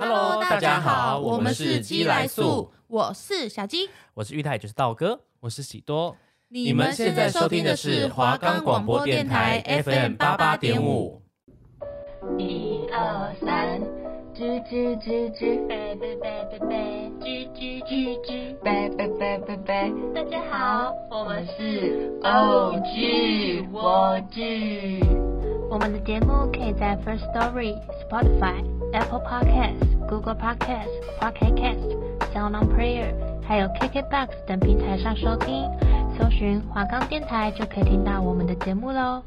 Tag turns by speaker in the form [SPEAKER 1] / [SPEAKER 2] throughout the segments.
[SPEAKER 1] 大家好我们是鸡来素，
[SPEAKER 2] 我是小鸡。
[SPEAKER 1] 我是玉泰，就是道哥，我是喜多。
[SPEAKER 2] 你
[SPEAKER 1] 们现在收听的是华冈广播电台 FM 八八点。五。
[SPEAKER 3] 一二三，吱吱吱吱，拜拜拜拜拜，吱吱吱吱，拜拜拜拜拜。大家好，我们是 OG 我剧。我们的节目可以在 First Story、Spotify、Apple Podcasts、Google Podcasts、Pocket Casts、Sound On Player，还有 KKBox 等平台上收听。搜寻华冈电台就可以听到我们的节目喽。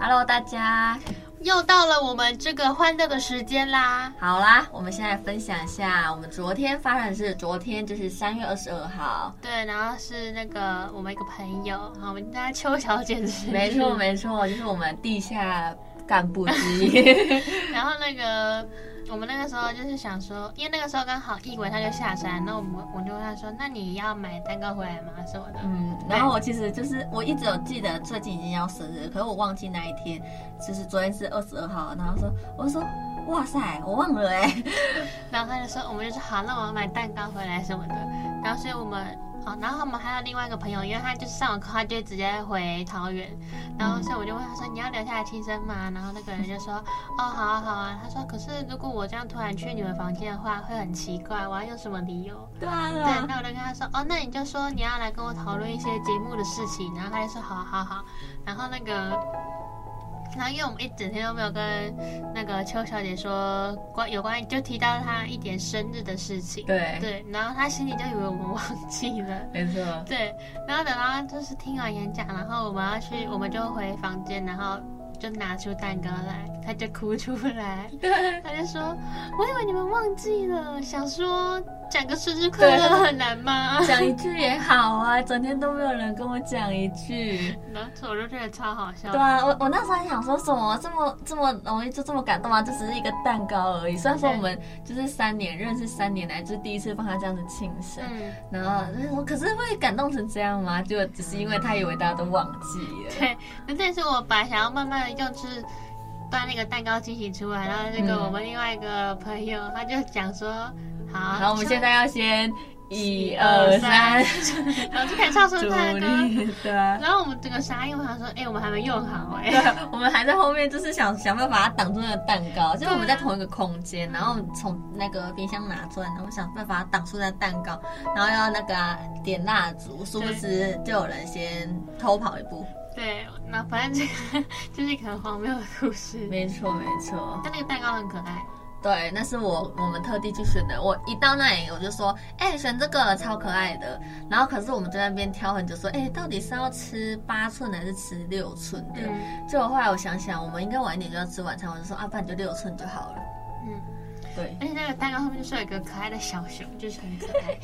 [SPEAKER 4] Hello，大家
[SPEAKER 5] 又到了我们这个欢乐的时间啦！
[SPEAKER 4] 好啦，我们现在分享一下我们昨天发生的事。昨天就是三月二十二号，
[SPEAKER 5] 对，然后是那个我们一个朋友，好，我们大家邱小姐的生日
[SPEAKER 4] 没错没错，就是我们地下干部之 一。
[SPEAKER 5] 然后那个我们那个时候就是想说，因为那个时候刚好一伟他就下山，那我们我就问他说，那你要买蛋糕回来吗？什么的。
[SPEAKER 4] 嗯，然后我其实就是我一直有记得最近已经要生日，可是我忘记那一天，就是昨天是二十二号，然后说我就说哇塞，我忘了哎、
[SPEAKER 5] 然后他就说，哦我们就说好，那我要买蛋糕回来什么的。然后所以我们。哦，然后我们还有另外一个朋友，因为他就是上完课，他就直接回桃园，然后所以我就问他说：“你要留下来听声吗？”然后那个人就说：“哦，好啊，好啊。”他说：“可是如果我这样突然去你们房间的话，会很奇怪，我要用什么理由？”
[SPEAKER 4] 对啊，对
[SPEAKER 5] 对，那我就跟他说，哦，那你就说你要来跟我讨论一些节目的事情，然后他就说好好好，然后那个，然后因为我们一整天都没有跟那个邱小姐说关有关于，就提到她一点生日的事情，
[SPEAKER 4] 对
[SPEAKER 5] 对，然后她心里就以为我们忘记了。
[SPEAKER 4] 没错，
[SPEAKER 5] 对，然后等到就是听完演讲，然后我们要去，我们就回房间，然后就拿出蛋糕来，她就哭出来，
[SPEAKER 4] 对。
[SPEAKER 5] 他就说：“我以为你们忘记了，想说讲个生日快乐很难吗
[SPEAKER 4] 讲一句也好啊，整天都没有人跟我讲一句。？”
[SPEAKER 5] 然后我就觉得超好笑
[SPEAKER 4] 对。啊，我我那时候还想说什么这么这么容易就这么感动吗？就只是一个蛋糕而已。虽然说我们就是三年认识三年来，就是第一次帮他这样子庆生，
[SPEAKER 5] 嗯，
[SPEAKER 4] 然后他就说可是会感动成这样吗？就只是因为他以为大家都忘记了。
[SPEAKER 5] 对。那但是我本来想要慢慢的用就是端那个蛋糕惊喜出来，然后那个
[SPEAKER 4] 嗯
[SPEAKER 5] 我们另外一个朋友、他就讲说：“好，
[SPEAKER 4] 好，我们现在要先一
[SPEAKER 5] 一
[SPEAKER 4] 二三，，
[SPEAKER 5] 然后就开始唱生日
[SPEAKER 4] 祝
[SPEAKER 5] 快乐歌。”
[SPEAKER 4] 你对啊。
[SPEAKER 5] 然后我们整个傻眼，我想说：“哎、我们还没用好哎、
[SPEAKER 4] 对，我们还在后面，就是想想办法把它挡住那个蛋糕，就是我们在同一个空间，然后我们从那个冰箱拿出来，然后想办法挡住那蛋糕，然后要那个啊、点蜡烛，殊不知就有人先偷跑一步。
[SPEAKER 5] 对，那反正这个 就是一个很荒谬的故事。
[SPEAKER 4] 没错，没错，
[SPEAKER 5] 但那个蛋糕很可爱。
[SPEAKER 4] 对，那是我我们特地去选的。我一到那里我就说，哎、选这个超可爱的。然后可是我们就在那边挑很久，说，哎、到底是要吃八寸的还是吃六寸的？
[SPEAKER 5] 嗯
[SPEAKER 4] 结果后来我想想，我们应该晚一点就要吃晚餐，我就说，啊，不然就六寸就好了。
[SPEAKER 5] 嗯。
[SPEAKER 4] 对，
[SPEAKER 5] 而且那个蛋糕后面就是有一个可爱的小熊，就是很可 爱。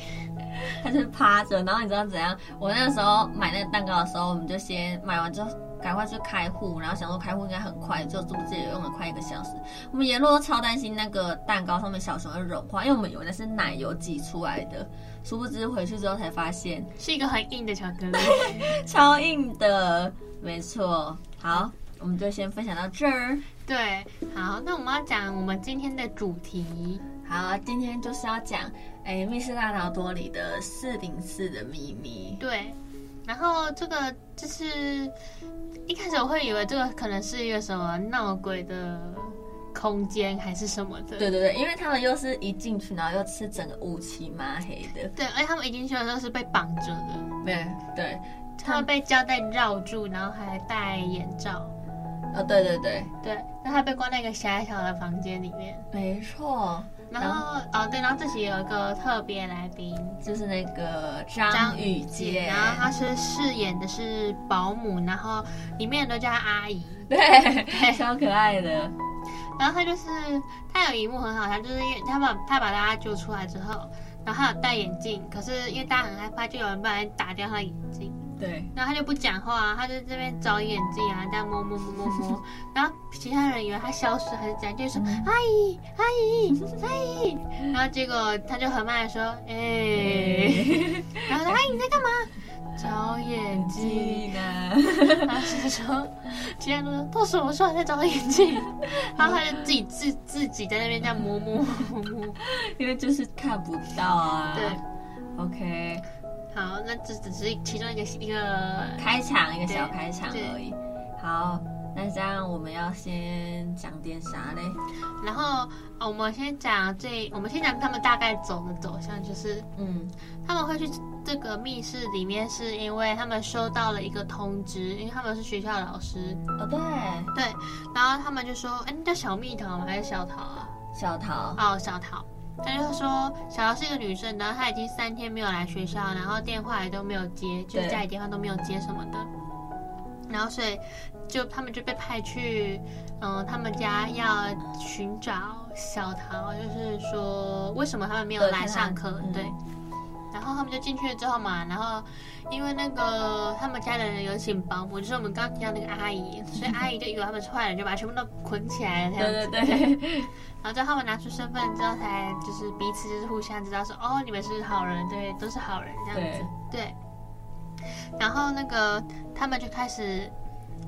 [SPEAKER 4] 他就是趴着，然后你知道怎样？我那时候买那个蛋糕的时候，我们就先买完之后赶快去开户，然后想说开户应该很快，就殊不知也用了快一个小时。我们沿路都超担心那个蛋糕上面小熊会融化，因为我们以为那是奶油挤出来的，殊不知回去之后才发现
[SPEAKER 5] 是一个很硬的巧克力。
[SPEAKER 4] 超硬的。没错，好，我们就先分享到这儿。
[SPEAKER 5] 对，好，那我们要讲我们今天的主题。
[SPEAKER 4] 好，今天就是要讲，哎，密室大逃脱里的四零四的秘密。
[SPEAKER 5] 对，然后这个就是一开始我会以为这个可能是一个什么闹鬼的空间还是什么的。
[SPEAKER 4] 对对对，因为他们又是一进去，然后又是整个乌漆嘛黑的，
[SPEAKER 5] 对，而且他们一进去的时候是被绑着的，
[SPEAKER 4] 对对，
[SPEAKER 5] 他们被胶带绕住，然后还戴眼罩。
[SPEAKER 4] 呃，对对对，
[SPEAKER 5] 对，那他被关在一个狭小的房间里面。
[SPEAKER 4] 没错，
[SPEAKER 5] 然后哦，对，然后这集有一个特别来宾，
[SPEAKER 4] 就是那个张雨洁，
[SPEAKER 5] 然后她是饰演的是保姆，然后里面都叫她阿姨。
[SPEAKER 4] 对，超可爱的，
[SPEAKER 5] 然后她就是她有一幕很好笑，就是因为她把她把大家救出来之后，然后她有戴眼镜，可是因为大家很害怕，就有人不然打掉她的眼镜，
[SPEAKER 4] 对
[SPEAKER 5] 然后她就不讲话、啊，她就这边找眼镜啊，这样摸摸摸摸摸，然后其他人以为她消失还是怎样，就说
[SPEAKER 4] 嗯
[SPEAKER 5] 阿姨阿姨阿姨， 然后结果她就很慢的说，哎、然后说阿姨你在干嘛？找眼睛。
[SPEAKER 4] 呢？
[SPEAKER 5] 然后就说，其他人都说都什么时候在找眼镜？然后他就自己自自己在那边这样摸摸摸摸。
[SPEAKER 4] 因为就是看不到啊。
[SPEAKER 5] 对，
[SPEAKER 4] ，OK，
[SPEAKER 5] 好，那这只是其中一个一个
[SPEAKER 4] 开场一个
[SPEAKER 5] 对
[SPEAKER 4] 小开场
[SPEAKER 5] 对
[SPEAKER 4] 而已。好，那这样我们要先讲点啥嘞？
[SPEAKER 5] 然后、呃我们先讲最，我们先讲他们大概走的走向，就是
[SPEAKER 4] 嗯
[SPEAKER 5] 他们会去这个密室里面，是因为他们收到了一个通知，因为他们是学校老师，
[SPEAKER 4] 哦，对，
[SPEAKER 5] 对，然后他们就说，哎，那叫小蜜桃吗？还是小桃啊？
[SPEAKER 4] 小桃，
[SPEAKER 5] 哦，小桃。他就说，小桃是一个女生，然后她已经三天没有来学校，然后电话也都没有接，就是
[SPEAKER 4] 对
[SPEAKER 5] 家里电话都没有接什么的。然后所以就他们就被派去，嗯、他们家要寻找小桃，就是说为什么他们没有
[SPEAKER 4] 对
[SPEAKER 5] 来
[SPEAKER 4] 看她
[SPEAKER 5] 上课？
[SPEAKER 4] 嗯
[SPEAKER 5] 对。然后他们就进去了之后嘛，然后因为那个他们家的人有请保姆，就是我们刚刚提到那个阿姨，所以阿姨就以为他们是坏人，就把他全部都捆起来了。这样子
[SPEAKER 4] 对对对，
[SPEAKER 5] 然后在他们拿出身份之后，才就是彼此就是互相知道说，哦，你们是好人，对，都是好人这样子，对。然后那个他们就开始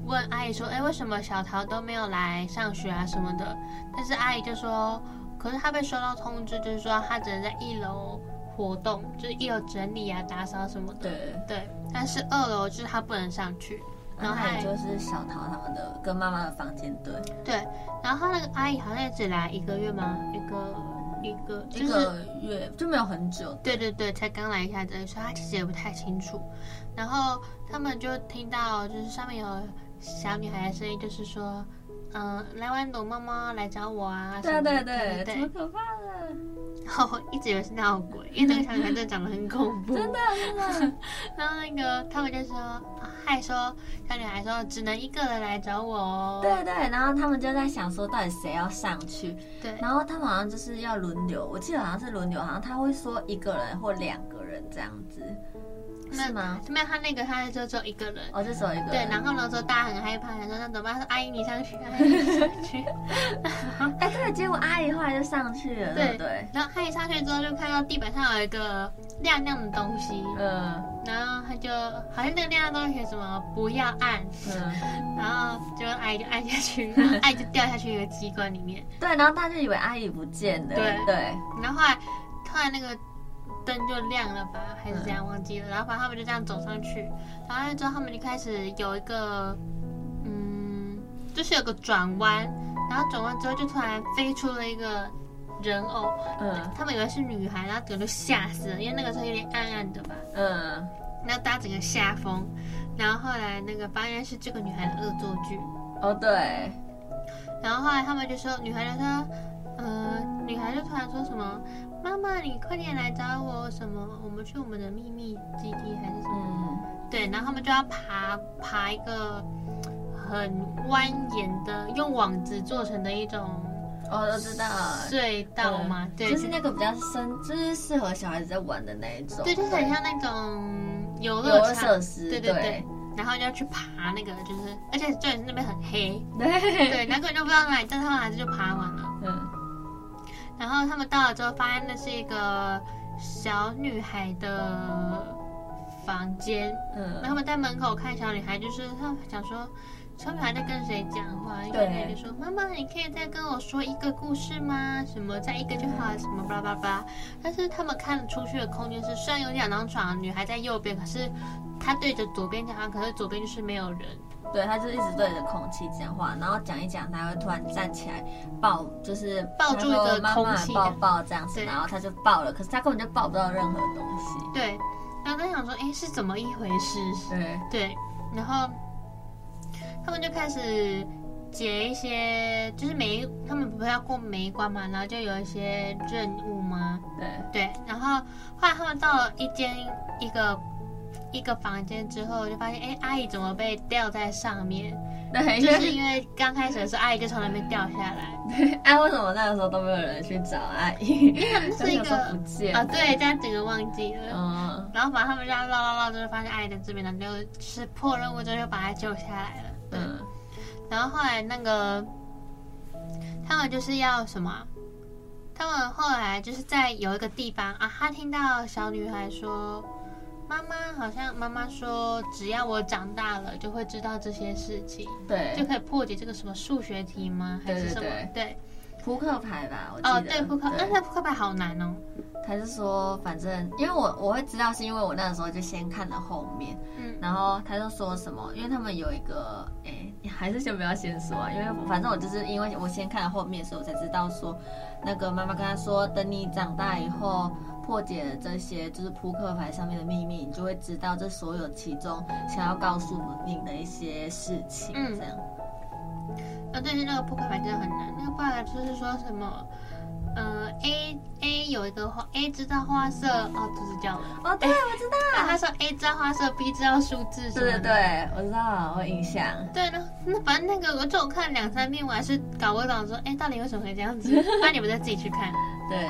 [SPEAKER 5] 问阿姨说，哎，为什么小桃都没有来上学啊什么的？但是阿姨就说，可是她被收到通知，就是说她只能在一楼活动，就是一楼整理啊、打扫什么的，
[SPEAKER 4] 对。
[SPEAKER 5] 对。但是二楼就是她不能上去，然
[SPEAKER 4] 然
[SPEAKER 5] 后
[SPEAKER 4] 后
[SPEAKER 5] 还
[SPEAKER 4] 还有就是小桃他们的跟妈妈的房间对，
[SPEAKER 5] 对，然后她那个阿姨好像也只来一个月吗？一个一个就
[SPEAKER 4] 一
[SPEAKER 5] 是。
[SPEAKER 4] 个月就没有很久，
[SPEAKER 5] 对对对，才刚来一下子，所以他其实也不太清楚。然后他们就听到，就是上面有小女孩的声音，就是说，嗯、来玩躲猫猫来找我啊。什么的对
[SPEAKER 4] 怎么
[SPEAKER 5] 对。
[SPEAKER 4] 可怕了？
[SPEAKER 5] 然后我一直以为是闹鬼，因为那个小女孩真的长得很恐怖。
[SPEAKER 4] 真的真的，
[SPEAKER 5] 然后那个他们就说，啊还说小女孩说只能一个人来找我哦。
[SPEAKER 4] 对对，然后他们就在想说，到底谁要上去？
[SPEAKER 5] 对
[SPEAKER 4] 然后他们好像就是要轮流，我记得好像是轮流，好像他会说一个人或两个人这样子，
[SPEAKER 5] 那
[SPEAKER 4] 是吗？
[SPEAKER 5] 没有，他那个他就只有一个人。
[SPEAKER 4] 哦，就只有一个人。
[SPEAKER 5] 对，然后呢，说大家很害怕，想说那怎么办？说阿姨你上去，阿姨你上去。
[SPEAKER 4] 哎，对，结果阿姨后来就上去了，对不 对？
[SPEAKER 5] 然后他一上去之后，就看到地板上有一个亮亮的东西，
[SPEAKER 4] 嗯
[SPEAKER 5] 然后他就好像那个亮亮的东西写什么“不要按
[SPEAKER 4] 嗯，”，
[SPEAKER 5] 然后就阿姨就按下去，然后阿姨就掉下去一个机关里面。
[SPEAKER 4] 对，然后他就以为阿姨不见了，
[SPEAKER 5] 对
[SPEAKER 4] 对
[SPEAKER 5] 然后后来突然那个灯就亮了吧，还是怎样忘记了。然后反正他们就这样走上去，然后之后他们就开始有一个嗯，就是有个转弯，然后转弯之后就突然飞出了一个人偶，
[SPEAKER 4] 嗯
[SPEAKER 5] 他们以为是女孩，然后整个就吓死了，因为那个时候有点暗暗的吧。
[SPEAKER 4] 嗯，
[SPEAKER 5] 那大家整个吓疯，然后后来那个发现是这个女孩的恶作剧，
[SPEAKER 4] 哦对，
[SPEAKER 5] 然后后来他们就说，女孩就说，呃，女孩就突然说什么，妈妈你快点来找我，什么我们去我们的秘密基地还是什么？
[SPEAKER 4] 嗯
[SPEAKER 5] 对，然后他们就要爬爬一个很蜿蜒的，用网子做成的一种
[SPEAKER 4] 哦都知道了。
[SPEAKER 5] 隧道嘛，对，
[SPEAKER 4] 呃就是那个比较深，就是适合小孩子在玩的那一种，
[SPEAKER 5] 对，就是很像那种游
[SPEAKER 4] 游乐
[SPEAKER 5] 乐场
[SPEAKER 4] 设，施，
[SPEAKER 5] 对对
[SPEAKER 4] 对
[SPEAKER 5] 对，然后就要去爬那个，就是而且重点是那边很黑。
[SPEAKER 4] 对，
[SPEAKER 5] 对，那个就不知道哪里，但他们还是就爬完了。
[SPEAKER 4] 嗯
[SPEAKER 5] 然后他们到了之后，发现那是一个小女孩的房间。然后他
[SPEAKER 4] 嗯，
[SPEAKER 5] 们在门口看小女孩，就是他们想说，小女孩在跟谁讲话？一个女孩就说：“妈妈，你可以再跟我说一个故事吗？什么再一个就好，什么巴拉巴拉巴拉。”但是他们看出去的空间是，虽然有两张床，女孩在右边，可是她对着左边讲话，可是左边就是没有人。
[SPEAKER 4] 对，他就一直对着空气讲话，然后讲一讲，他会突然站起来抱，就是
[SPEAKER 5] 抱住一个
[SPEAKER 4] 他说妈妈
[SPEAKER 5] 空气
[SPEAKER 4] 抱抱这样子，
[SPEAKER 5] 对
[SPEAKER 4] 然后他就抱了，可是他根本就抱不到任何东西，
[SPEAKER 5] 对，然后她想说：“哎，是怎么一回事？”
[SPEAKER 4] 对，
[SPEAKER 5] 对，然后他们就开始解一些，就是每一他们不是要过每一关嘛，然后就有一些任务嘛，
[SPEAKER 4] 对，
[SPEAKER 5] 对，然后后来他们到了一间一个一个房间之后，就发现哎，阿姨怎么被吊在上面？
[SPEAKER 4] 对，
[SPEAKER 5] 就是因为刚开始的时候，阿姨就从那边掉下来，
[SPEAKER 4] 哎、为什么那个时候都没有人去找阿姨？因为
[SPEAKER 5] 他们 是一个
[SPEAKER 4] 不见
[SPEAKER 5] 啊，对，这样整个忘记了。
[SPEAKER 4] 嗯，
[SPEAKER 5] 然后把他们这样绕绕绕，就是发现阿姨在这边，然后就就是破任务之后就把她救下来了。对，
[SPEAKER 4] 嗯
[SPEAKER 5] 然后后来那个他们就是要什么啊？他们后来就是在有一个地方啊，他听到小女孩说：“妈妈妈好像妈妈说，只要我长大了，就会知道这些事情，
[SPEAKER 4] 对，
[SPEAKER 5] 就可以破解这个什么数学题吗？还是什么？
[SPEAKER 4] 对
[SPEAKER 5] 对，
[SPEAKER 4] 扑克牌吧，我记得。
[SPEAKER 5] 哦，对，扑克，但是扑克牌好难哦。
[SPEAKER 4] 他是说，反正因为我我会知道，是因为我那个时候就先看了后面，
[SPEAKER 5] 嗯
[SPEAKER 4] 然后他就说什么，因为他们有一个，哎、还是先不要先说啊，因为反正我就是因为我先看了后面，所以我才知道说，那个妈妈跟他说，等你长大以后破解了这些就是扑克牌上面的秘密，你就会知道这所有其中想要告诉你的一些事情，
[SPEAKER 5] 嗯
[SPEAKER 4] 这样。
[SPEAKER 5] 啊，对，那个扑克牌真的很难。那个扑克牌就是说什么，嗯、a A 有一个花，A 知道花色，哦，就是这样了。
[SPEAKER 4] 哦，对，我知道，
[SPEAKER 5] 啊，他说 A 知道花色，B 知道数字什
[SPEAKER 4] 对对
[SPEAKER 5] 么的。
[SPEAKER 4] 对，我知道，我有印象。
[SPEAKER 5] 对呢，那反正那个我就我看了两三遍，我还是搞不懂说，哎，到底为什么会这 样子？那你们再自己去看。
[SPEAKER 4] 对，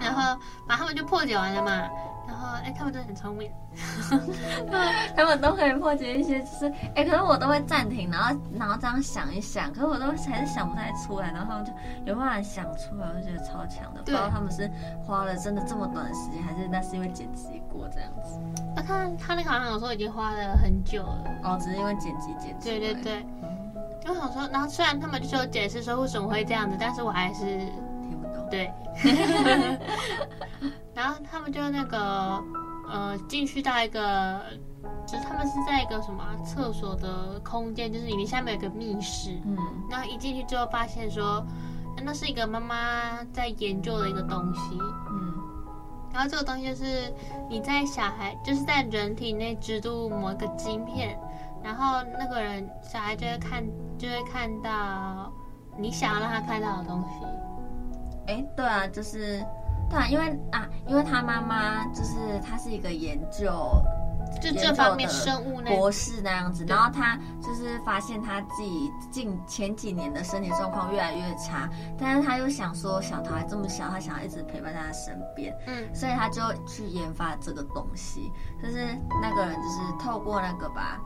[SPEAKER 5] 然后，把他们就破解完了嘛。然后，哎，他们真的很聪明。
[SPEAKER 4] 他们都可以破解一些，就是哎、可是我都会暂停，然后然后这样想一想，可是我都还是想不太出来，然后他们就有办法想出来，我就觉得超强的。不知道
[SPEAKER 5] 对
[SPEAKER 4] 他们是花了真的这么短的时间，还是那是因为剪辑过这样子？
[SPEAKER 5] 那呃他他那个好像有时候已经花了很久了。
[SPEAKER 4] 哦，只是因为剪辑剪辑。
[SPEAKER 5] 对对。对。因为我想说，然后虽然他们就是有解释说为什么会这样子，但是我还是
[SPEAKER 4] 听不懂。
[SPEAKER 5] 对，然后他们就那个呃进去到一个，就是他们是在一个什么啊厕所的空间，就是里面下面有个密室，
[SPEAKER 4] 嗯，
[SPEAKER 5] 然后一进去之后发现说。呃那是一个妈妈在研究的一个东西，
[SPEAKER 4] 嗯
[SPEAKER 5] 然后这个东西就是你在小孩，就是在人体内植入某一个晶片，然后那个人小孩就会看，就会看到你想要让他看到的东西。
[SPEAKER 4] 哎、对啊，就是对啊，因为啊，因为他妈妈就是她是一个研究
[SPEAKER 5] 就
[SPEAKER 4] 研
[SPEAKER 5] 这
[SPEAKER 4] 究
[SPEAKER 5] 方面
[SPEAKER 4] 的
[SPEAKER 5] 生物那
[SPEAKER 4] 博士那样子，然后他就是发现他自己近前几年的身体状况越来越差，但是他又想说小桃还这么小，他想要一直陪伴在他身边，
[SPEAKER 5] 嗯
[SPEAKER 4] 所以他就去研发这个东西，就是那个人就是透过那个吧。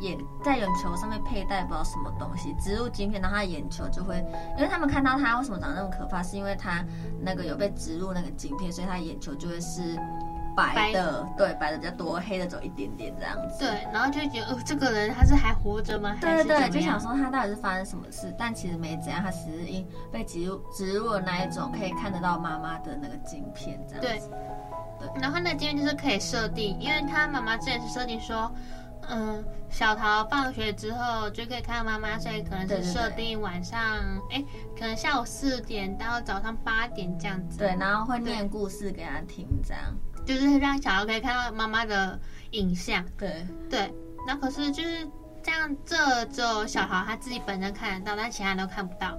[SPEAKER 4] 眼在眼球上面佩戴不知道什么东西，植入晶片，然后他的眼球就会，因为他们看到他为什么长得那么可怕，是因为他那个有被植入那个晶片，所以他眼球就会是白
[SPEAKER 5] 白
[SPEAKER 4] 的，对，白的比较多，黑的只有一点点这样子。
[SPEAKER 5] 对，然后就觉得哦，这个人他是还活着吗？还
[SPEAKER 4] 对对
[SPEAKER 5] 是怎
[SPEAKER 4] 对，
[SPEAKER 5] 么
[SPEAKER 4] 就想
[SPEAKER 5] 样？
[SPEAKER 4] 说他到底是发生什么事，但其实没怎样，他只是因被植入植入了那一种可以看得到妈妈的那个镜片这样子。
[SPEAKER 5] 然后那今天就是可以设定，因为他妈妈之前是设定说，嗯，小桃放学之后就可以看到妈妈，所以可能
[SPEAKER 4] 对
[SPEAKER 5] 是
[SPEAKER 4] 对对
[SPEAKER 5] 设定晚上，哎，可能下午四点到早上八点这样子，
[SPEAKER 4] 对，然后会念故事给他听这样。
[SPEAKER 5] 就是让小桃可以看到妈妈的影像。
[SPEAKER 4] 对
[SPEAKER 5] 对，那可是就是这样，这只有小桃他自己本身看得到，但其他人都看不到。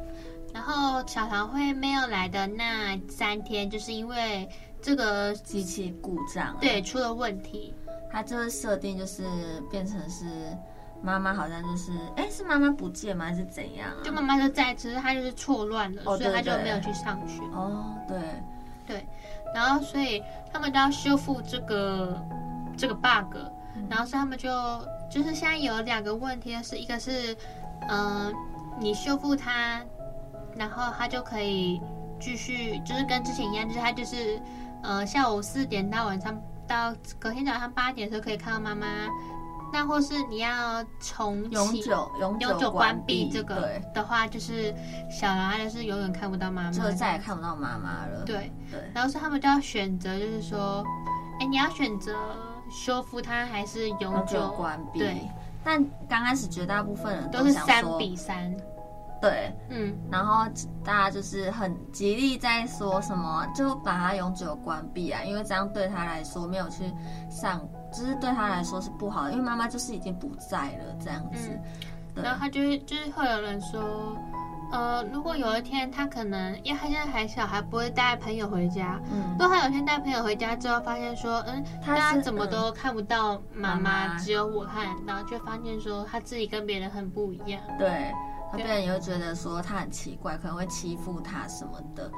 [SPEAKER 5] 然后小桃会没有来的那三天，就是因为这个
[SPEAKER 4] 机器故障了，
[SPEAKER 5] 对出了问题，
[SPEAKER 4] 他就会设定就是变成是妈妈好像就是哎是妈妈不见吗还是怎样啊？
[SPEAKER 5] 就妈妈就在，只是她就是错乱了，
[SPEAKER 4] 哦
[SPEAKER 5] 所以她
[SPEAKER 4] 对
[SPEAKER 5] 就
[SPEAKER 4] 对
[SPEAKER 5] 没有去上学。
[SPEAKER 4] 哦对
[SPEAKER 5] 然后所以他们都要修复这个这个 bug，然
[SPEAKER 4] 嗯
[SPEAKER 5] 后所以他们就就是现在有两个问题，是一个是嗯、呃你修复它，然后它就可以继续就是跟之前一样，就是它就是呃下午四点到晚上到隔天早上八点的时候可以看到妈妈，那或是你要重
[SPEAKER 4] 永
[SPEAKER 5] 启。
[SPEAKER 4] 久永
[SPEAKER 5] 永久
[SPEAKER 4] 关
[SPEAKER 5] 关闭这个
[SPEAKER 4] 对，
[SPEAKER 5] 的话，就是小狼他就是永远看不到妈妈，
[SPEAKER 4] 就再也看不到妈妈了。
[SPEAKER 5] 对，
[SPEAKER 4] 嗯对
[SPEAKER 5] 然后是他们就要选择，就是说，哎，你要选择修复它还是永
[SPEAKER 4] 永
[SPEAKER 5] 久
[SPEAKER 4] 久关闭
[SPEAKER 5] 对，。
[SPEAKER 4] 但刚开始绝大部分人
[SPEAKER 5] 都是
[SPEAKER 4] 想
[SPEAKER 5] 三
[SPEAKER 4] 说
[SPEAKER 5] 比三。
[SPEAKER 4] 对，
[SPEAKER 5] 嗯，
[SPEAKER 4] 然后大家就是很极力在说什么，就把它永久关闭啊，因为这样对他来说没有去上，就是对他来说是不好的，因为妈妈就是已经不在了这样子。对
[SPEAKER 5] 嗯然后他就是就是会有人说，呃，如果有一天他可能，因为他现在还小，还不会带朋友回家。
[SPEAKER 4] 嗯
[SPEAKER 5] 如，果他有一天带朋友回家之后，发现说，嗯，
[SPEAKER 4] 他
[SPEAKER 5] 大
[SPEAKER 4] 是
[SPEAKER 5] 家怎么都看不到妈
[SPEAKER 4] 妈
[SPEAKER 5] 妈，
[SPEAKER 4] 妈
[SPEAKER 5] 只有我看得到，就发现说他自己跟别人很不一样。
[SPEAKER 4] 对，他别人也会觉得说他很奇怪，可能会欺负他什么的。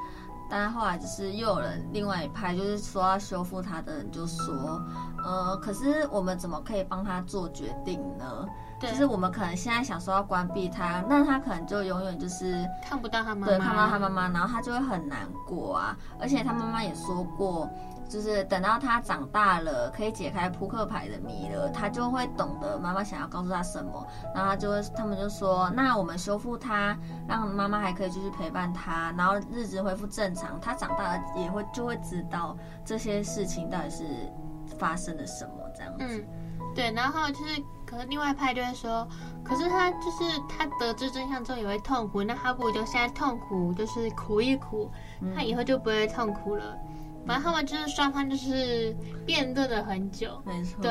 [SPEAKER 4] 但后来就是又有人另外一派，就是说要修复他的人就说，呃，可是我们怎么可以帮他做决定呢？
[SPEAKER 5] 对，
[SPEAKER 4] 就是我们可能现在想说要关闭他，那他可能就永远就是
[SPEAKER 5] 看不到他妈妈，
[SPEAKER 4] 对，看不到他妈妈，然后他就会很难过啊。而且他妈妈也说过，就是等到他长大了，可以解开扑克牌的谜了，他就会懂得妈妈想要告诉他什么。然后他就会，他们就说，那我们修复他，让妈妈还可以继续陪伴他，然后日子恢复正常，他长大了也会就会知道这些事情到底是发生了什么这样子。
[SPEAKER 5] 嗯，对，然后就是，可是另外一派就会说，可是他就是他得知真相之后也会痛苦，那他不如就现在痛苦，就是苦一苦，
[SPEAKER 4] 嗯
[SPEAKER 5] 他以后就不会痛苦了。反正他们就是双方就是辩论了很久，
[SPEAKER 4] 没错，
[SPEAKER 5] 对，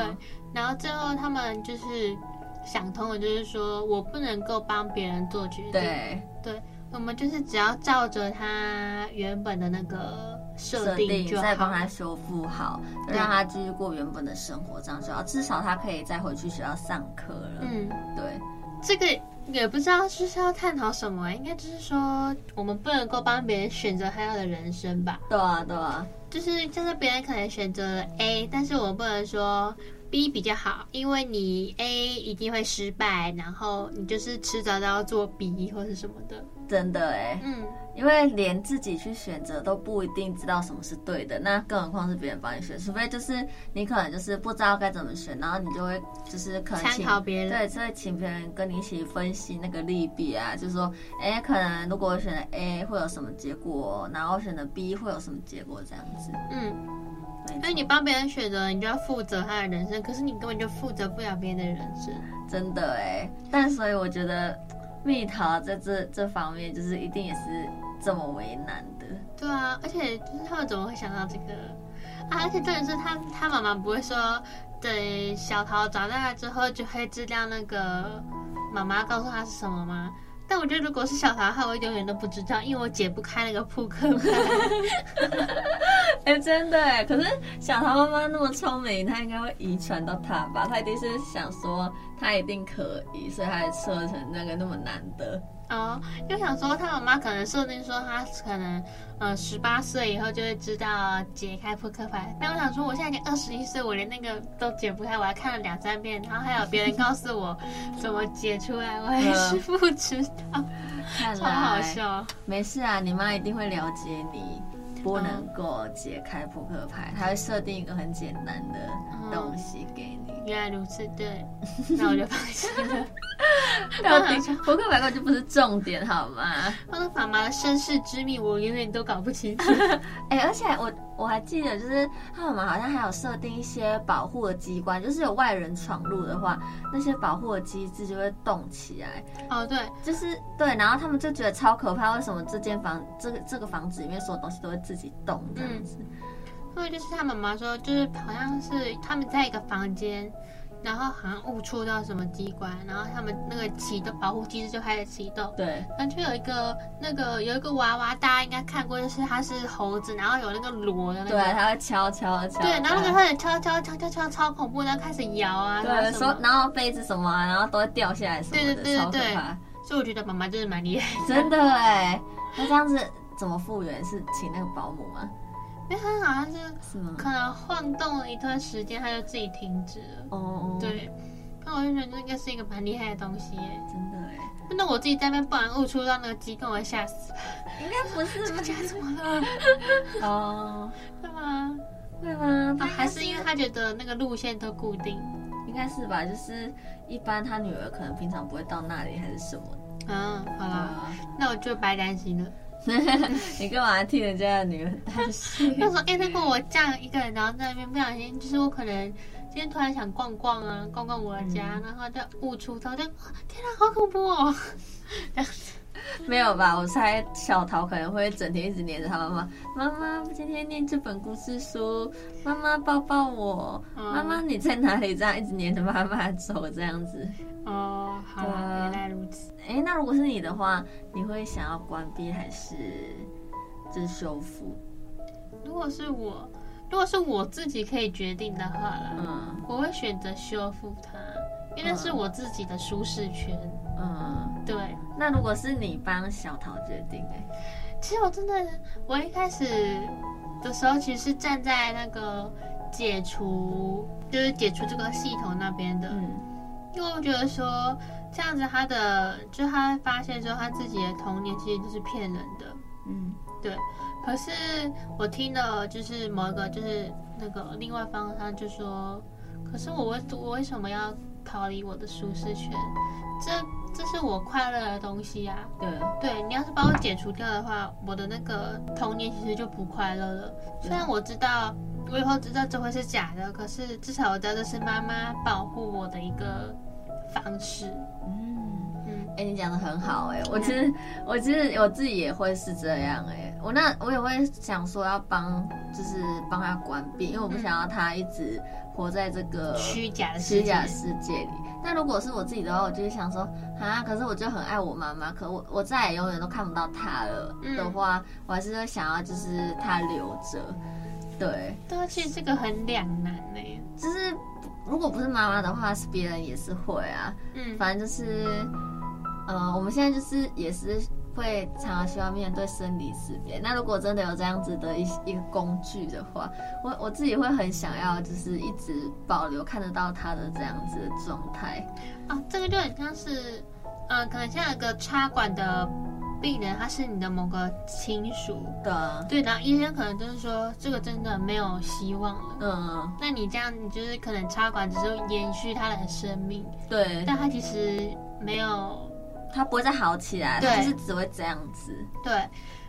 [SPEAKER 5] 然后最后他们就是想通了，就是说我不能够帮别人做决定，
[SPEAKER 4] 对，
[SPEAKER 5] 我们就是只要照着他原本的那个设
[SPEAKER 4] 设
[SPEAKER 5] 定
[SPEAKER 4] 定
[SPEAKER 5] 就
[SPEAKER 4] 再
[SPEAKER 5] 好
[SPEAKER 4] 帮
[SPEAKER 5] 了
[SPEAKER 4] 他。修复好，
[SPEAKER 5] 对
[SPEAKER 4] 让他继续过原本的生活，这样就好。至少他可以再回去学校上课了。
[SPEAKER 5] 嗯，
[SPEAKER 4] 对，
[SPEAKER 5] 这个也不知道是是要探讨什么、应该就是说我们不能够帮别人选择他要的人生吧。
[SPEAKER 4] 对啊，对啊，
[SPEAKER 5] 就是就是别人可能选择了 A，但是我们不能说 B 比较好，因为你 A 一定会失败，然后你就是迟早都要做 B 或是什么的。
[SPEAKER 4] 真的哎、
[SPEAKER 5] 嗯，
[SPEAKER 4] 因为连自己去选择都不一定知道什么是对的，那更何况是别人帮你选？除非就是你可能就是不知道该怎么选，然后你就会就是可能
[SPEAKER 5] 参
[SPEAKER 4] 请
[SPEAKER 5] 考别人
[SPEAKER 4] 对，就会请别人跟你一起分析那个利弊啊，就是说，哎，可能如果我选了 A 会有什么结果，然后选了 B 会有什么结果这样子。
[SPEAKER 5] 嗯，
[SPEAKER 4] 没
[SPEAKER 5] 因为你
[SPEAKER 4] 错
[SPEAKER 5] 帮别人选择，你就要负责他的人生，可是你根本就负责不了别人的人生。
[SPEAKER 4] 真的哎，但所以我觉得蜜桃在这这方面就是一定也是这么为难 的。
[SPEAKER 5] 对啊，而且就是他们怎么会想到这个啊？而且重点是他他妈妈不会说，等小桃长大了之后就会知道那个妈妈告诉他是什么吗？但我觉得如果是小桃的话，我永远都不知道，因为我解不开那个扑克牌。
[SPEAKER 4] 哎、真的哎，可是小桃妈妈那么聪明，她应该会遗传到她吧？她一定是想说她一定可以，所以她才设成那个那么难的。
[SPEAKER 5] 哦，就想说他妈妈可能设定说他可能呃十八岁以后就会知道解开扑克牌，但我想说我现在已经二十一岁，我连那个都解不开，我还看了两三遍，然后还有别人告诉我怎么解出来，我还是不知道，
[SPEAKER 4] 看
[SPEAKER 5] 超好
[SPEAKER 4] 来
[SPEAKER 5] 笑。
[SPEAKER 4] 没事啊，你妈一定会了解你。不能够解开扑克牌，她会设定一个很简单的东西给你。
[SPEAKER 5] 原来如此，对， 那我就放心了。
[SPEAKER 4] 到底扑克牌根本就不是重点，好吗？
[SPEAKER 5] 我的妈妈的身世之谜，我永远都搞不清楚。
[SPEAKER 4] 哎、而且我我还记得，就是他们好像还有设定一些保护的机关，就是有外人闯入的话，那些保护的机制就会动起来。
[SPEAKER 5] 哦，对，
[SPEAKER 4] 就是对，然后他们就觉得超可怕，为什么这间房这个这个房子里面所有东西都会自己动这样子？
[SPEAKER 5] 嗯因为就是他妈妈说，就是好像是他们在一个房间，然后好像误触到什么机关，然后他们那个启动保护机制就开始启动。
[SPEAKER 4] 对，
[SPEAKER 5] 然后就有一个那个有一个娃娃，大家应该看过，就是它是猴子，然后有那个锣的那
[SPEAKER 4] 对，啊
[SPEAKER 5] 个，
[SPEAKER 4] 他会敲敲敲。
[SPEAKER 5] 对，然后那个
[SPEAKER 4] 敲
[SPEAKER 5] 开始敲敲敲敲敲，超恐怖，然后开始摇啊，
[SPEAKER 4] 对，
[SPEAKER 5] 然后什
[SPEAKER 4] 说
[SPEAKER 5] 么，
[SPEAKER 4] 然后杯子什么、啊，然后都会掉下来什么的，
[SPEAKER 5] 对对对
[SPEAKER 4] 超可
[SPEAKER 5] 对
[SPEAKER 4] 怕，
[SPEAKER 5] 所以我觉得妈妈真的蛮厉害的，
[SPEAKER 4] 真的哎、那这样子怎么复原？是请那个保姆吗？
[SPEAKER 5] 因为它好像是
[SPEAKER 4] 是吗？
[SPEAKER 5] 可能晃动了一段时间，它就自己停止了，
[SPEAKER 4] 哦哦，，
[SPEAKER 5] 对。那我就觉得这个是一个蛮厉害的东西耶，
[SPEAKER 4] 真的哎、
[SPEAKER 5] 那我自己在那边不然误触到那个机关，我会吓死。
[SPEAKER 4] 应该不是
[SPEAKER 5] 这个
[SPEAKER 4] 吧
[SPEAKER 5] 家 怎么了？
[SPEAKER 4] 哦，
[SPEAKER 5] 对吗？
[SPEAKER 4] 会吗？
[SPEAKER 5] 啊，还是因为他觉得那个路线都固定。
[SPEAKER 4] 应该是吧，就是一般他女儿可能平常不会到那里还是什么
[SPEAKER 5] 嗯，好啦，
[SPEAKER 4] 啊？
[SPEAKER 5] 那我就白担心了。
[SPEAKER 4] 你干嘛替人家的女儿担心？
[SPEAKER 5] 那时候，哎、如果我这样一个人，然后在那边不小心，就是我可能今天突然想逛逛啊，逛逛我的家，然后就误触到，就啊天哪，好恐怖哦！
[SPEAKER 4] 没有吧？我猜小桃可能会整天一直黏着她妈妈。妈妈，今天念这本故事书，妈妈抱抱我，
[SPEAKER 5] 嗯
[SPEAKER 4] 妈妈你在哪里？这样一直黏着妈妈走这样子。
[SPEAKER 5] 哦，好啦，
[SPEAKER 4] 对啊
[SPEAKER 5] 原来如此。
[SPEAKER 4] 哎，那如果是你的话，你会想要关闭还是就是修复？
[SPEAKER 5] 如果是我，如果是我自己可以决定的话啦，
[SPEAKER 4] 嗯
[SPEAKER 5] 我会选择修复它，因为那是我自己的舒适圈。
[SPEAKER 4] 嗯。
[SPEAKER 5] 对，
[SPEAKER 4] 那如果是你帮小桃决定、哎，
[SPEAKER 5] 其实我真的，我一开始的时候其实是站在那个解除，就是解除这个系统那边的。
[SPEAKER 4] 嗯，
[SPEAKER 5] 因为我觉得说这样子他的，就他发现说他自己的童年其实就是骗人的，
[SPEAKER 4] 嗯，
[SPEAKER 5] 对。可是我听的就是某一个就是那个另外方他就说，可是我为我为什么要逃离我的舒适圈？这这是我快乐的东西啊。
[SPEAKER 4] 对，
[SPEAKER 5] 对你要是把我解除掉的话，我的那个童年其实就不快乐了。虽然我知道我以后知道这会是假的，可是至少我知道这是妈妈保护我的一个方式。
[SPEAKER 4] 嗯，
[SPEAKER 5] 嗯，
[SPEAKER 4] 哎、你讲的很好哎、我其实我其实我自己也会是这样哎、我那我也会想说要帮，就是帮他关闭，因为我不想要他一直活在这个
[SPEAKER 5] 嗯虚假的世
[SPEAKER 4] 虚
[SPEAKER 5] 界
[SPEAKER 4] 假世界里。那如果是我自己的话，我就会想说啊，可是我就很爱我妈妈，可我我再也永远都看不到她了、
[SPEAKER 5] 嗯
[SPEAKER 4] 的话，我还是会想要就是她留着。对，
[SPEAKER 5] 对啊，其实这个很两难呢、
[SPEAKER 4] 就是如果不是妈妈的话，是别人也是会啊。
[SPEAKER 5] 嗯，
[SPEAKER 4] 反正就是，呃，我们现在就是也是会常常需要面对生离死别。那如果真的有这样子的一一个工具的话，我我自己会很想要，就是一直保留看得到他的这样子的状态。
[SPEAKER 5] 啊，这个就很像是，呃，可能像有个插管的病人，他是你的某个亲属，
[SPEAKER 4] 对啊，
[SPEAKER 5] 对，然后医生可能就是说这个真的没有希望了。
[SPEAKER 4] 嗯，
[SPEAKER 5] 那你这样，你就是可能插管只是延续他的生命，
[SPEAKER 4] 对，
[SPEAKER 5] 但他其实没有
[SPEAKER 4] 他不会再好起来，
[SPEAKER 5] 对
[SPEAKER 4] 他就是只会这样子。
[SPEAKER 5] 对。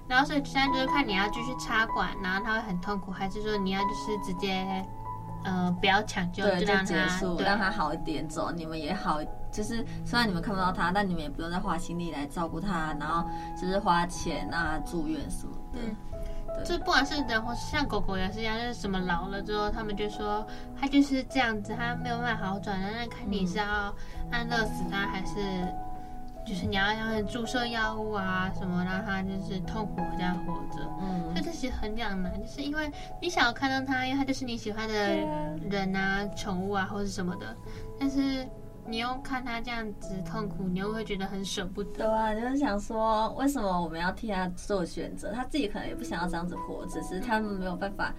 [SPEAKER 5] 然后所以现在就是看你要继续插管，然后他会很痛苦，还是说你要就是直接，呃，不要抢救，
[SPEAKER 4] 对，就
[SPEAKER 5] 让
[SPEAKER 4] 结
[SPEAKER 5] 他
[SPEAKER 4] 束，
[SPEAKER 5] 对
[SPEAKER 4] 让他好一点走，你们也好。就是虽然你们看不到他，但你们也不用再花心力来照顾他，然后就是花钱啊、住院什么的。
[SPEAKER 5] 嗯
[SPEAKER 4] 对
[SPEAKER 5] 就不管是人或是像狗狗也是一样，就是什么老了之后，他们就说它就是这样子，它没有办法好转。那看
[SPEAKER 4] 嗯
[SPEAKER 5] 你是要安乐死它，还是就是你要让它注射药物啊什么，让它就是痛苦这样活着。
[SPEAKER 4] 嗯
[SPEAKER 5] 所以这其实很两难，就是因为你想要看到它，因为它就是你喜欢的人啊、宠物啊或者什么的，但是你又看它这样子痛苦，你又会觉得很舍不
[SPEAKER 4] 对
[SPEAKER 5] 得。
[SPEAKER 4] 啊，就是想说，为什么我们要替他做选择？他自己可能也不想要这样子活，只是他们没有办法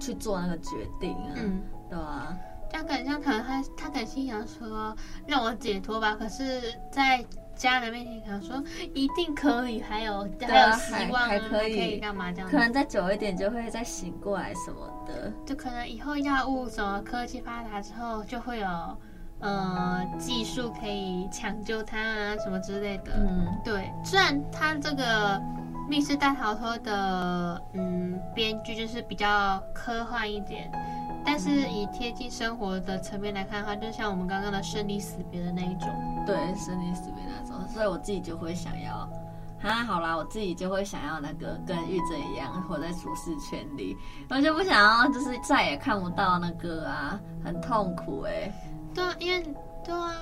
[SPEAKER 4] 去做那个决定啊。
[SPEAKER 5] 嗯。
[SPEAKER 4] 对啊，
[SPEAKER 5] 他可能像可能他他可能心想说让我解脱吧，可是，在家人面前可能说一定可以，还有、还有
[SPEAKER 4] 啊
[SPEAKER 5] 希望啊，
[SPEAKER 4] 还还
[SPEAKER 5] 还
[SPEAKER 4] 可以
[SPEAKER 5] 干嘛这样
[SPEAKER 4] 可
[SPEAKER 5] 子？
[SPEAKER 4] 能再久一点就会再醒过来什么的。
[SPEAKER 5] 就可能以后药物什么科技发达之后，就会有呃技术可以抢救他啊什么之类的。
[SPEAKER 4] 嗯，
[SPEAKER 5] 对，虽然他这个《密室大逃脱》的嗯编剧就是比较科幻一点，但是以贴近生活的层面来看的话，就像我们刚刚的生离死别的那一种，
[SPEAKER 4] 对，生离死别那种，所以我自己就会想要。啊，好啦，我自己就会想要那个跟玉珍一样活在舒适圈里，我就不想要就是再也看不到那个啊，很痛苦哎、
[SPEAKER 5] 对啊，因为对啊。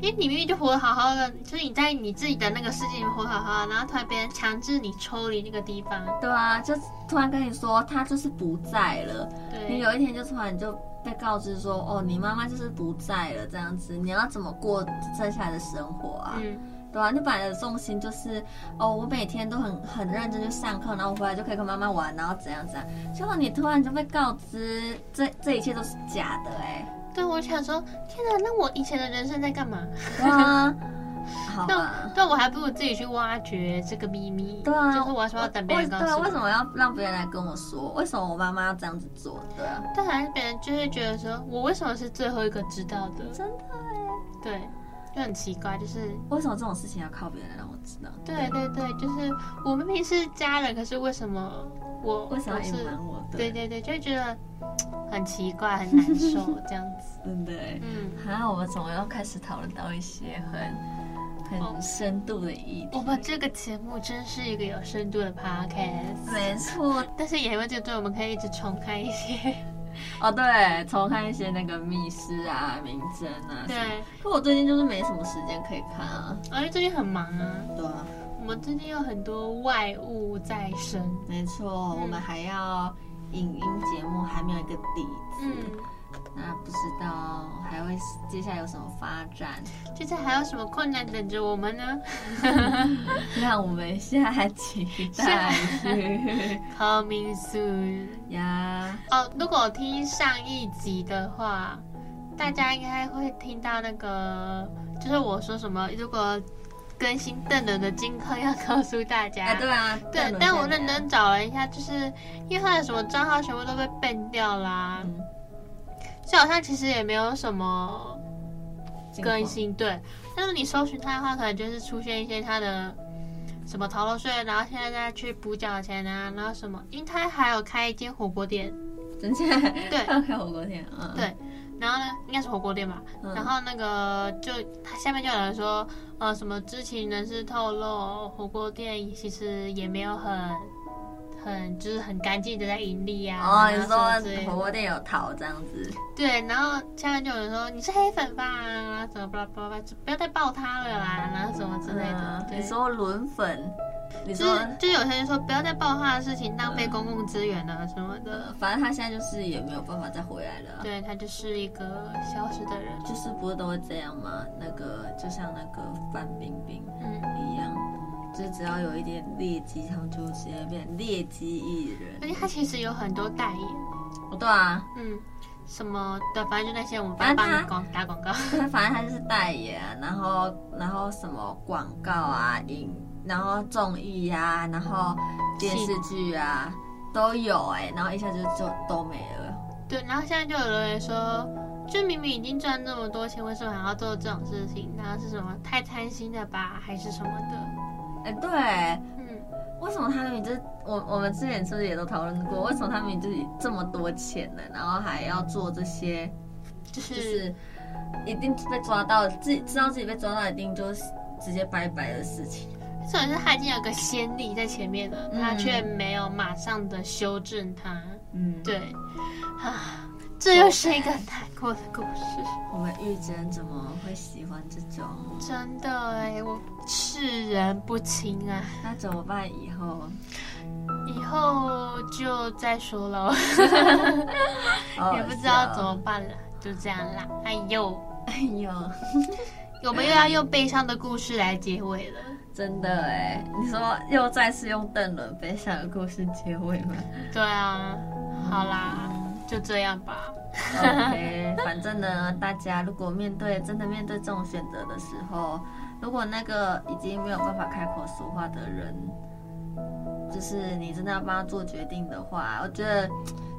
[SPEAKER 5] 因为你明明就活得好好的，就是你在你自己的那个世界里面活得好好的，然后突然别人强制你抽离那个地方，
[SPEAKER 4] 对啊，就突然跟你说他就是不在了，你
[SPEAKER 5] 对，
[SPEAKER 4] 有一天就突然就被告知说，哦，你妈妈就是不在了，这样子，你要怎么过剩下来的生活啊？
[SPEAKER 5] 嗯，
[SPEAKER 4] 对啊，你本来的重心就是，哦，我每天都很很认真去上课，然后我回来就可以跟妈妈玩，然后怎样怎样。结果你突然就被告知，这这一切都是假的、 欸，
[SPEAKER 5] 对，我想说，天哪，那我以前的人生在干嘛？
[SPEAKER 4] 哎，啊，好吧
[SPEAKER 5] 那。对我还不如自己去挖掘这个秘密。
[SPEAKER 4] 对啊，
[SPEAKER 5] 就是我为什么要等别人告诉
[SPEAKER 4] 对啊，
[SPEAKER 5] 我
[SPEAKER 4] 为什么要让别人来跟我说？为什么我妈妈要这样子做？对啊，
[SPEAKER 5] 但还是别人就会觉得说，我为什么是最后一个知道的？
[SPEAKER 4] 真的哎、
[SPEAKER 5] 对，就很奇怪，就是
[SPEAKER 4] 为什么这种事情要靠别人来让我知道？
[SPEAKER 5] 对对对，就是我明明是家人，可是为什么我
[SPEAKER 4] 为什么
[SPEAKER 5] 我
[SPEAKER 4] 要隐
[SPEAKER 5] 是
[SPEAKER 4] 瞒我？
[SPEAKER 5] 对，对对，就会觉得嘖很奇怪，很难受 这样子。
[SPEAKER 4] 真的欸。
[SPEAKER 5] 嗯，
[SPEAKER 4] 啊，我们怎么又开始讨论到一些很
[SPEAKER 5] 哦
[SPEAKER 4] 很深度的议题？
[SPEAKER 5] 我们这个节目真是一个有深度的 podcast，
[SPEAKER 4] 没错，
[SPEAKER 5] 但是也会觉得我们可以一直重看一些。
[SPEAKER 4] 哦对，重看一些那个密室啊、名侦啊。
[SPEAKER 5] 对，，
[SPEAKER 4] 可我最近就是没什么时间可以看啊。
[SPEAKER 5] 而且最近很忙啊，
[SPEAKER 4] 对啊，
[SPEAKER 5] 我们最近有很多外务在身。
[SPEAKER 4] 没错，我
[SPEAKER 5] 嗯
[SPEAKER 4] 们还要影音节目还没有一个底子，
[SPEAKER 5] 嗯。
[SPEAKER 4] 那不知道还会接下来有什么发展，
[SPEAKER 5] 现在还有什么困难等着我们呢？
[SPEAKER 4] 让我们下期 再续
[SPEAKER 5] Coming soon。
[SPEAKER 4] 呀。
[SPEAKER 5] 哦，如果有听上一集的话，大家应该会听到那个，就是我说什么，如果更新邓伦的金科要告诉大家。
[SPEAKER 4] 哎，对啊，
[SPEAKER 5] 对
[SPEAKER 4] 邓伦
[SPEAKER 5] 但我
[SPEAKER 4] 现在
[SPEAKER 5] 认真找了一下，就是因为他的什么账号全部都被 ban 掉啦，
[SPEAKER 4] 嗯
[SPEAKER 5] 就好像其实也没有什么更新。对，但是你搜寻他的话，可能就是出现一些他的什么逃漏税，然后现在再去补缴钱啊，然后什么，因为他还有开一间火锅店，
[SPEAKER 4] 真假？
[SPEAKER 5] 对
[SPEAKER 4] 他开火锅店啊，嗯
[SPEAKER 5] 对然后呢，应该是火锅店吧。
[SPEAKER 4] 嗯
[SPEAKER 5] 然后那个就他下面就有人说，呃，什么知情人士透露，呃火锅店其实也没有很很就是很干净的在盈利啊。
[SPEAKER 4] 哦，
[SPEAKER 5] 然
[SPEAKER 4] 你
[SPEAKER 5] 后什么之类
[SPEAKER 4] 说
[SPEAKER 5] 的
[SPEAKER 4] 火锅店有逃这样子，
[SPEAKER 5] 对，然后下面就有人说你是黑粉吧，然后怎么巴拉巴拉，就不要再爆他了啦，然后什么之类的
[SPEAKER 4] 嗯。
[SPEAKER 5] 对
[SPEAKER 4] 你说轮粉，你
[SPEAKER 5] 就
[SPEAKER 4] 说
[SPEAKER 5] 是就有些人说不要再爆他的事情，浪费公共资源啊什么的。
[SPEAKER 4] 反正他现在就是也没有办法再回来了啊。
[SPEAKER 5] 对他就是一个消失的人。
[SPEAKER 4] 就是不是都会这样吗？那个就像那个范冰冰
[SPEAKER 5] 嗯。
[SPEAKER 4] 一样，就只要有一点劣迹，他们就直接变劣迹艺
[SPEAKER 5] 而
[SPEAKER 4] 人。
[SPEAKER 5] 且他其实有很多代言，
[SPEAKER 4] 哦，对啊，
[SPEAKER 5] 嗯，什么的，反正就那些，我们不
[SPEAKER 4] 反
[SPEAKER 5] 要
[SPEAKER 4] 正
[SPEAKER 5] 帮
[SPEAKER 4] 他
[SPEAKER 5] 你广打广告。
[SPEAKER 4] 对，反正他就是代言，啊然后然后什么广告啊、影，然后综艺啊，然后电视剧啊都有哎、然后一下就就都没了。
[SPEAKER 5] 对，然后现在就有人说，就明明已经赚这么多钱，为什么还要做这种事情？然后是什么太贪心了吧，还是什么的？
[SPEAKER 4] 哎，对，
[SPEAKER 5] 嗯，
[SPEAKER 4] 为什么他们就是我我们之前是不是也都讨论过，为什么他们就是这么多钱呢？然后还要做这些？
[SPEAKER 5] 就
[SPEAKER 4] 就是是一定被抓到，自己知道自己被抓到，一定就是直接拜拜的事情。
[SPEAKER 5] 这种是他已经有个先例在前面了，
[SPEAKER 4] 嗯
[SPEAKER 5] 他却没有马上的修正它。
[SPEAKER 4] 嗯，
[SPEAKER 5] 对，啊，这又是一个难过的故事。
[SPEAKER 4] 我们玉珍怎么会喜欢这种？
[SPEAKER 5] 真的哎，我世人不清啊，
[SPEAKER 4] 那怎么办？以后
[SPEAKER 5] 以后就再说 了。
[SPEAKER 4] 哦
[SPEAKER 5] 也不知道怎么。办了，就这样啦。哎呦，
[SPEAKER 4] 哎呦，
[SPEAKER 5] 我们又要用悲伤的故事来结尾了。
[SPEAKER 4] 真的哎，你说又再次用邓伦悲伤的故事结尾吗
[SPEAKER 5] 对啊，好啦，就这样吧。
[SPEAKER 4] ？OK，反正呢，大家如果面对真的面对这种选择的时候，如果那个已经没有办法开口说话的人，就是你真的要帮他做决定的话，我觉得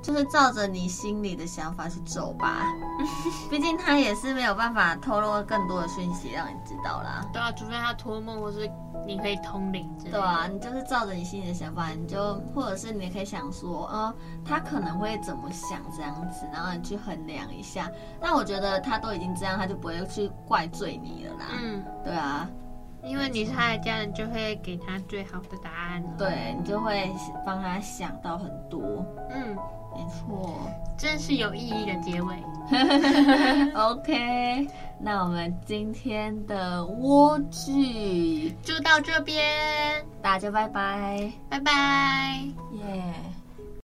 [SPEAKER 4] 就是照着你心里的想法去走吧。毕竟他也是没有办法透露更多的讯息让你知道啦。
[SPEAKER 5] 对啊，除非他托梦，或是你可以通灵之类的。
[SPEAKER 4] 对啊，，你就是照着你心里的想法，你就或者是你可以想说，呃，他可能会怎么想这样子，然后你去衡量一下。那我觉得他都已经这样，他就不会去怪罪你了啦。
[SPEAKER 5] 嗯，
[SPEAKER 4] 对啊，
[SPEAKER 5] 因为你是他的家人，就会给他最好的答案了。，
[SPEAKER 4] 对你就会帮他想到很多。
[SPEAKER 5] 嗯，
[SPEAKER 4] 没错。
[SPEAKER 5] 真是有意义的结尾。
[SPEAKER 4] OK，那我们今天的蜗居
[SPEAKER 5] 就到这边，
[SPEAKER 4] 大家拜拜，
[SPEAKER 5] 拜拜。
[SPEAKER 4] 耶、